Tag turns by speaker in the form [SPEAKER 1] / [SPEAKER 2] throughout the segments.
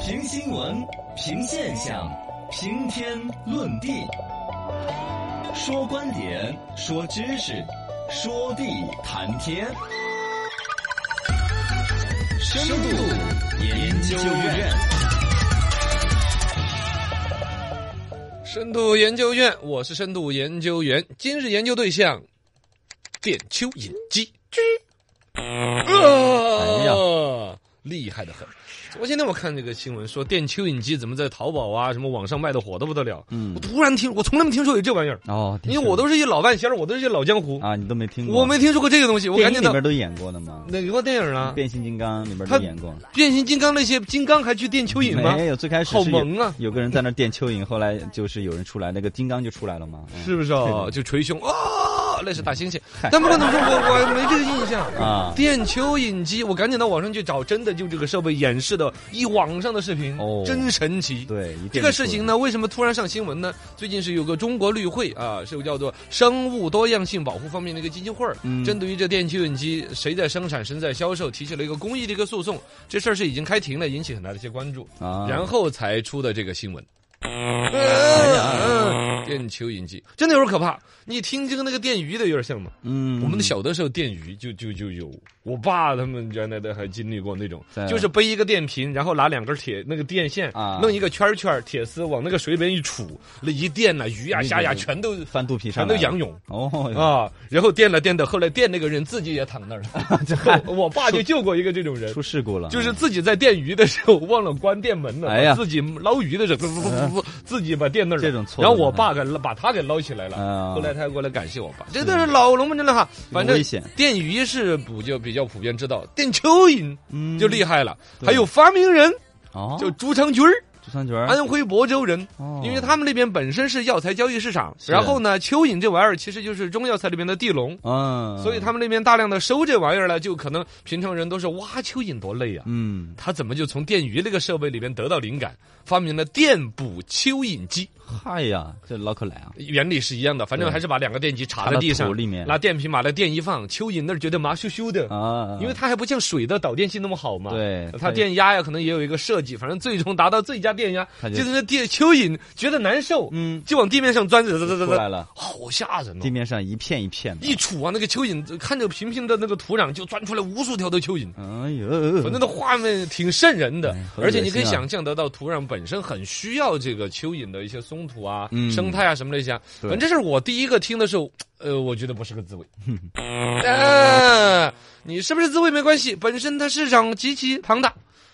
[SPEAKER 1] 评新闻，评现象，评天论地，说观点，说知识，说地谈天。深度研究院，
[SPEAKER 2] 深度研究院，我是深度研究员。今日研究对象：电蚯蚓鸡。
[SPEAKER 3] 哎
[SPEAKER 2] 啊！厉害的很。我今天我看这个新闻说，电蚯蚓鸡怎么在淘宝啊、什么网上卖的火的不得了。
[SPEAKER 3] 嗯
[SPEAKER 2] 我突然听，我从来没听说有这玩意儿，
[SPEAKER 3] 哦，
[SPEAKER 2] 因为我都是一老半仙儿，我都是一老江湖，
[SPEAKER 3] 啊，你都没听过，
[SPEAKER 2] 我没听说过这个东西。我
[SPEAKER 3] 电
[SPEAKER 2] 赶
[SPEAKER 3] 影
[SPEAKER 2] 紧
[SPEAKER 3] 里
[SPEAKER 2] 到
[SPEAKER 3] 边都演过的吗？
[SPEAKER 2] 哪个电影啊？
[SPEAKER 3] 变形金刚里边
[SPEAKER 2] 他
[SPEAKER 3] 都演过，
[SPEAKER 2] 变形金刚那些金刚还去电蚯蚓吗？
[SPEAKER 3] 没有，最开始
[SPEAKER 2] 好
[SPEAKER 3] 是有
[SPEAKER 2] 萌啊
[SPEAKER 3] 有个人在那儿电蚯蚓，后来就是有人出来，那个金刚就出来了嘛，嗯
[SPEAKER 2] 是不是啊？就捶胸啊，那是大猩猩。但不管怎么说，我我没这个印象
[SPEAKER 3] 啊
[SPEAKER 2] 电蚯蚓机，我赶紧到网上去找真的就这个设备演示的一网上的视频，
[SPEAKER 3] 哦
[SPEAKER 2] 真神奇。
[SPEAKER 3] 对，一
[SPEAKER 2] 这个事情呢，为什么突然上新闻呢？最近是有个中国绿会啊，是叫做生物多样性保护方面的一个基金会儿，
[SPEAKER 3] 嗯
[SPEAKER 2] 针对于这电蚯蚓机谁在生产谁在销售，提起了一个公益的一个诉讼。这事儿是已经开庭了，引起很大的一些关注。
[SPEAKER 3] 啊，哎
[SPEAKER 2] 然后才出的这个新闻。嗯电蚯蚓机真的有点可怕，你听这个那个电鱼的有点像吗？
[SPEAKER 3] 嗯，
[SPEAKER 2] 我们小的时候电鱼就就就有，我爸他们原来的还经历过那种
[SPEAKER 3] 对，
[SPEAKER 2] 就是背一个电瓶，然后拿两根铁那个电线
[SPEAKER 3] 啊
[SPEAKER 2] 弄一个圈儿圈儿铁丝往那个水里边一杵，那一电呐鱼啊
[SPEAKER 3] 那个
[SPEAKER 2] 虾呀全都
[SPEAKER 3] 嗯翻肚皮上来
[SPEAKER 2] 全都
[SPEAKER 3] 了
[SPEAKER 2] 仰泳。
[SPEAKER 3] 哦，
[SPEAKER 2] 啊，然后电了电的，后来电那个人自己也躺那儿 了。我爸就救过一个这种人，
[SPEAKER 3] 出事故了，
[SPEAKER 2] 就是自己在电鱼的时候忘了关电门了，
[SPEAKER 3] 哎呀嗯
[SPEAKER 2] 自己捞鱼的时候，噗噗噗噗噗自己把电那儿了
[SPEAKER 3] 这种错
[SPEAKER 2] 然
[SPEAKER 3] 的
[SPEAKER 2] 后我爸给把他给捞起来了，
[SPEAKER 3] 啊
[SPEAKER 2] 后来他还过来感谢我爸，这都是老龙门阵了哈。反正
[SPEAKER 3] 危险
[SPEAKER 2] 电鱼是普就比较普遍知道，电蚯蚓
[SPEAKER 3] 嗯
[SPEAKER 2] 就厉害了，
[SPEAKER 3] 对
[SPEAKER 2] 还有发明人
[SPEAKER 3] 哦，
[SPEAKER 2] 就朱昌军儿。
[SPEAKER 3] 朱三角儿
[SPEAKER 2] 安徽亳州人
[SPEAKER 3] 哦，
[SPEAKER 2] 因为他们那边本身是药材交易市场，
[SPEAKER 3] 是
[SPEAKER 2] 然后呢，蚯蚓这玩意儿其实就是中药材里面的地龙，
[SPEAKER 3] 嗯，
[SPEAKER 2] 所以他们那边大量的收这玩意儿呢，就可能平常人都是挖蚯蚓多累啊，
[SPEAKER 3] 嗯，
[SPEAKER 2] 他怎么就从电鱼那个设备里面得到灵感，发明了电捕蚯蚓机？
[SPEAKER 3] 嗨呀，这老可来啊，
[SPEAKER 2] 原理是一样的，反正
[SPEAKER 3] 对
[SPEAKER 2] 还是把两个电极插在地
[SPEAKER 3] 插到
[SPEAKER 2] 上，
[SPEAKER 3] 土里面
[SPEAKER 2] 拿电瓶把那电一放，蚯蚓那儿觉得麻羞羞的。
[SPEAKER 3] 啊，
[SPEAKER 2] 因为它还不像水的导电性那么好嘛，
[SPEAKER 3] 对
[SPEAKER 2] 它
[SPEAKER 3] 它
[SPEAKER 2] 电压呀可能也有一个设计，反正最终达到最佳电压，
[SPEAKER 3] 它就
[SPEAKER 2] 就是那电蚯蚓觉得难受，
[SPEAKER 3] 嗯
[SPEAKER 2] 就往地面上钻，走走走
[SPEAKER 3] 出
[SPEAKER 2] 走
[SPEAKER 3] 来了，
[SPEAKER 2] 好吓人哦
[SPEAKER 3] 地！面上一片一片的，
[SPEAKER 2] 一杵啊，那个蚯蚓看着平平的那个土壤就钻出来无数条的蚯蚓，
[SPEAKER 3] 哎呦，
[SPEAKER 2] 反正那画面挺瘆人的
[SPEAKER 3] 哎，好
[SPEAKER 2] 而且你可以
[SPEAKER 3] 恶心啊
[SPEAKER 2] 想象得到，土壤本身很需要这个蚯蚓的一些松土啊、
[SPEAKER 3] 嗯
[SPEAKER 2] 生态啊什么的一些啊。
[SPEAKER 3] 对
[SPEAKER 2] 反正这事儿我第一个听的时候，呃，我觉得不是个 滋味。啊，你是不是滋味没关系，本身它市场极其庞大。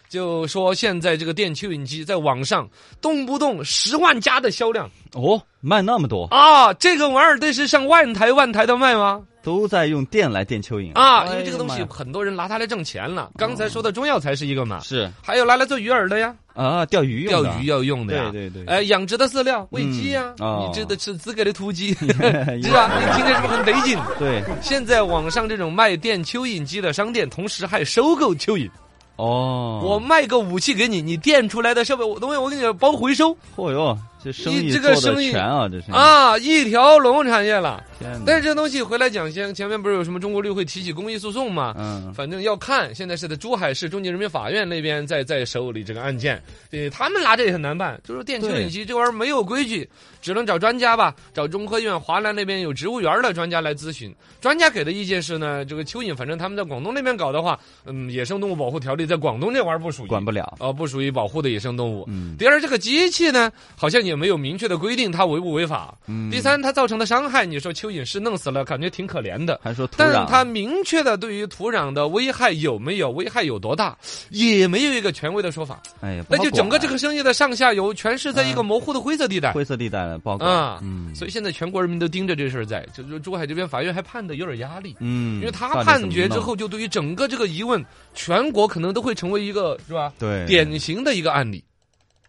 [SPEAKER 2] 就说现在这个电蚯蚓机在网上动不动十万加的销量
[SPEAKER 3] 哦，卖那么多，
[SPEAKER 2] 啊，这个玩意儿得是上万台万台的卖吗？
[SPEAKER 3] 都在用电来电蚯蚓
[SPEAKER 2] 啊，因为这个东
[SPEAKER 3] 哎
[SPEAKER 2] 西
[SPEAKER 3] 呀妈呀
[SPEAKER 2] 很多人拿它来挣钱了。刚才说的中药材是一个嘛，
[SPEAKER 3] 是
[SPEAKER 2] 还有拿来做鱼饵的呀，
[SPEAKER 3] 啊，钓鱼用
[SPEAKER 2] 啊钓
[SPEAKER 3] 的
[SPEAKER 2] 鱼要用的呀，
[SPEAKER 3] 对对对
[SPEAKER 2] 哎，养殖的饲料喂鸡呀，
[SPEAKER 3] 嗯哦
[SPEAKER 2] 你这个是资格的 突击， 是
[SPEAKER 3] 也
[SPEAKER 2] 吧？你听着是不是很得劲？
[SPEAKER 3] 对
[SPEAKER 2] 现在网上这种卖电蚯蚓机的商店，同时还收购蚯蚓。
[SPEAKER 3] 哦，
[SPEAKER 2] 我卖个武器给你，你电出来的设备，我东西我给你包回收
[SPEAKER 3] 嚯哟，这生
[SPEAKER 2] 你
[SPEAKER 3] 意
[SPEAKER 2] 这个
[SPEAKER 3] 做
[SPEAKER 2] 生
[SPEAKER 3] 的
[SPEAKER 2] 意
[SPEAKER 3] 全啊，这是，
[SPEAKER 2] 啊，一条龙产业了。
[SPEAKER 3] 天哪
[SPEAKER 2] 但是这东西回来讲，先前面不是有什么中国绿会提起公益诉讼吗？
[SPEAKER 3] 嗯，
[SPEAKER 2] 反正要看，现在是在珠海市中级人民法院那边在在手里这个案件，对他们拿着也很难办。就是电蚯蚓机这玩意儿没有规矩，只能找专家吧，找中科院华南那边有植物园的专家来咨询。专家给的意见是呢，这个蚯蚓，反正他们在广东那边搞的话，嗯，野生动物保护条例在广东这玩意儿不属于
[SPEAKER 3] 管不了，
[SPEAKER 2] 呃，不属于保护的野生动物。
[SPEAKER 3] 嗯
[SPEAKER 2] 第二，这个机器呢，好像也没有明确的规定它违不违法。
[SPEAKER 3] 嗯
[SPEAKER 2] 第三，它造成的伤害，你说蚯蚓是弄死了，感觉挺可怜的。
[SPEAKER 3] 还说土
[SPEAKER 2] 但
[SPEAKER 3] 壤，
[SPEAKER 2] 它明确的对于土壤的危害有没有、危害有多大，也没有一个权威的说法。
[SPEAKER 3] 哎呀，不
[SPEAKER 2] 那
[SPEAKER 3] 好
[SPEAKER 2] 就整个
[SPEAKER 3] 管
[SPEAKER 2] 这个生意的上下游全是在一个模糊的灰色地带
[SPEAKER 3] 灰色地带了，不好管
[SPEAKER 2] 啊。
[SPEAKER 3] 嗯
[SPEAKER 2] 所以现在全国人民都盯着这事儿在，就是珠海这边法院还判的有点压力。
[SPEAKER 3] 嗯，
[SPEAKER 2] 因为
[SPEAKER 3] 到
[SPEAKER 2] 他
[SPEAKER 3] 底
[SPEAKER 2] 判
[SPEAKER 3] 怎么
[SPEAKER 2] 决之
[SPEAKER 3] 弄，
[SPEAKER 2] 后，就对于整个这个疑问，全国可能都会成为一个是吧？哎
[SPEAKER 3] 对
[SPEAKER 2] 典型的一个案例。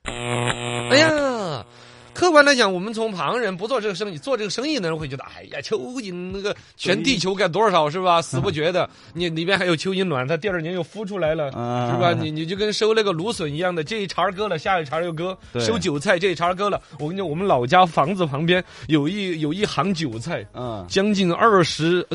[SPEAKER 2] 哎呀，客观来讲，我们从旁人不做这个生意，做这个生意的人会觉得，哎呀，蚯蚓那个全地球该多少是
[SPEAKER 3] 嗯
[SPEAKER 2] 吧？死不绝的，你里面还有蚯蚓卵，它第二年又孵出来了，
[SPEAKER 3] 啊
[SPEAKER 2] 是吧？你你就跟收那个芦笋一样的，这一茬儿割了，下一茬儿又割；
[SPEAKER 3] 对
[SPEAKER 2] 收韭菜这一茬儿割了。我跟你讲，我们老家房子旁边有一有一行韭菜，
[SPEAKER 3] 嗯，
[SPEAKER 2] 将近二十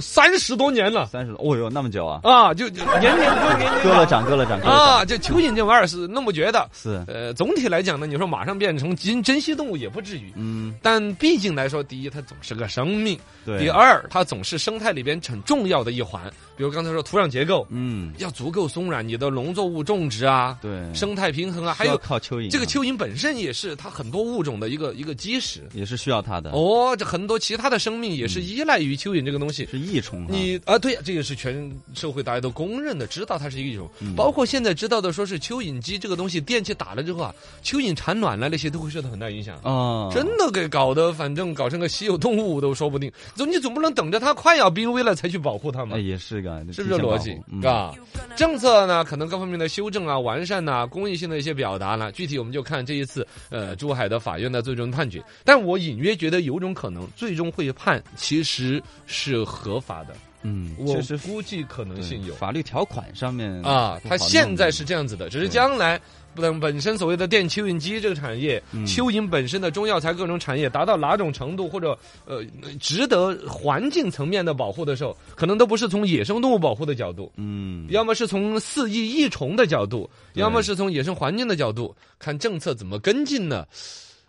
[SPEAKER 2] 三十多年了
[SPEAKER 3] 三十了，哦哟，那么久啊，
[SPEAKER 2] 啊，就就年年割，年年
[SPEAKER 3] 割了涨，割了涨，割了涨，
[SPEAKER 2] 啊，这蚯蚓这玩意儿是弄不绝的。
[SPEAKER 3] 是，
[SPEAKER 2] 呃，总体来讲呢，你说马上变成珍珍稀动物也不至于，
[SPEAKER 3] 嗯，
[SPEAKER 2] 但毕竟来说，第一，它总是个生命；
[SPEAKER 3] 对，
[SPEAKER 2] 第，二，它总是生态里边很重要的一环。比如刚才说土壤结构
[SPEAKER 3] 嗯，
[SPEAKER 2] 要足够松软，你的农作物种植啊，
[SPEAKER 3] 对，
[SPEAKER 2] 生态平衡啊，还
[SPEAKER 3] 需要
[SPEAKER 2] 有
[SPEAKER 3] 靠蚯蚓啊，
[SPEAKER 2] 这个蚯蚓本身也是它很多物种的一个一个基石。
[SPEAKER 3] 也是需要它的，，
[SPEAKER 2] 哦，这很多其他的生命也
[SPEAKER 3] 嗯
[SPEAKER 2] 是依赖于蚯蚓这个东西。
[SPEAKER 3] 是益虫啊，
[SPEAKER 2] 你啊，对，这也是全社会大家都公认的，知道它是一种，
[SPEAKER 3] 嗯
[SPEAKER 2] 包括现在知道的，说是蚯蚓机这个东西，电器打了之后啊，蚯蚓产卵了那些都会受到很大影响。
[SPEAKER 3] 啊，
[SPEAKER 2] 真的给搞得，反正搞成个稀有动物都说不定。总你总不能等着它快要濒危了才去保护它嘛
[SPEAKER 3] 哎，，也是个，
[SPEAKER 2] 是不是这
[SPEAKER 3] 提前保
[SPEAKER 2] 逻
[SPEAKER 3] 护
[SPEAKER 2] 辑？
[SPEAKER 3] 嗯
[SPEAKER 2] 是吧？政策呢，可能各方面的修正啊、完善呐、公益性的一些表达呢，具体我们就看这一次呃珠海的法院的最终判决。但我隐约觉得有种可能，最终会判其实是合法的，
[SPEAKER 3] 嗯，
[SPEAKER 2] 我
[SPEAKER 3] 确实
[SPEAKER 2] 估计可能
[SPEAKER 3] 对
[SPEAKER 2] 性有。
[SPEAKER 3] 法律条款上面
[SPEAKER 2] 啊，
[SPEAKER 3] 不
[SPEAKER 2] 它
[SPEAKER 3] 好
[SPEAKER 2] 现
[SPEAKER 3] 弄
[SPEAKER 2] 在
[SPEAKER 3] 的
[SPEAKER 2] 是这样子的，只是
[SPEAKER 3] 对
[SPEAKER 2] 将来本本身所谓的电蚯蚓机这个产业，
[SPEAKER 3] 嗯
[SPEAKER 2] 蚯蚓本身的中药材各种产业达到哪种程度，或者呃值得环境层面的保护的时候，可能都不是从野生动物保护的角度。
[SPEAKER 3] 嗯，
[SPEAKER 2] 要么是从四益益虫的角度，
[SPEAKER 3] 对
[SPEAKER 2] 要么是从野生环境的角度，看政策怎么跟进呢？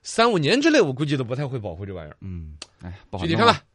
[SPEAKER 2] 三五年之内，我估计都不太会保护这玩意儿。
[SPEAKER 3] 嗯，哎，不好
[SPEAKER 2] 具体
[SPEAKER 3] 弄
[SPEAKER 2] 看吧
[SPEAKER 3] 啊。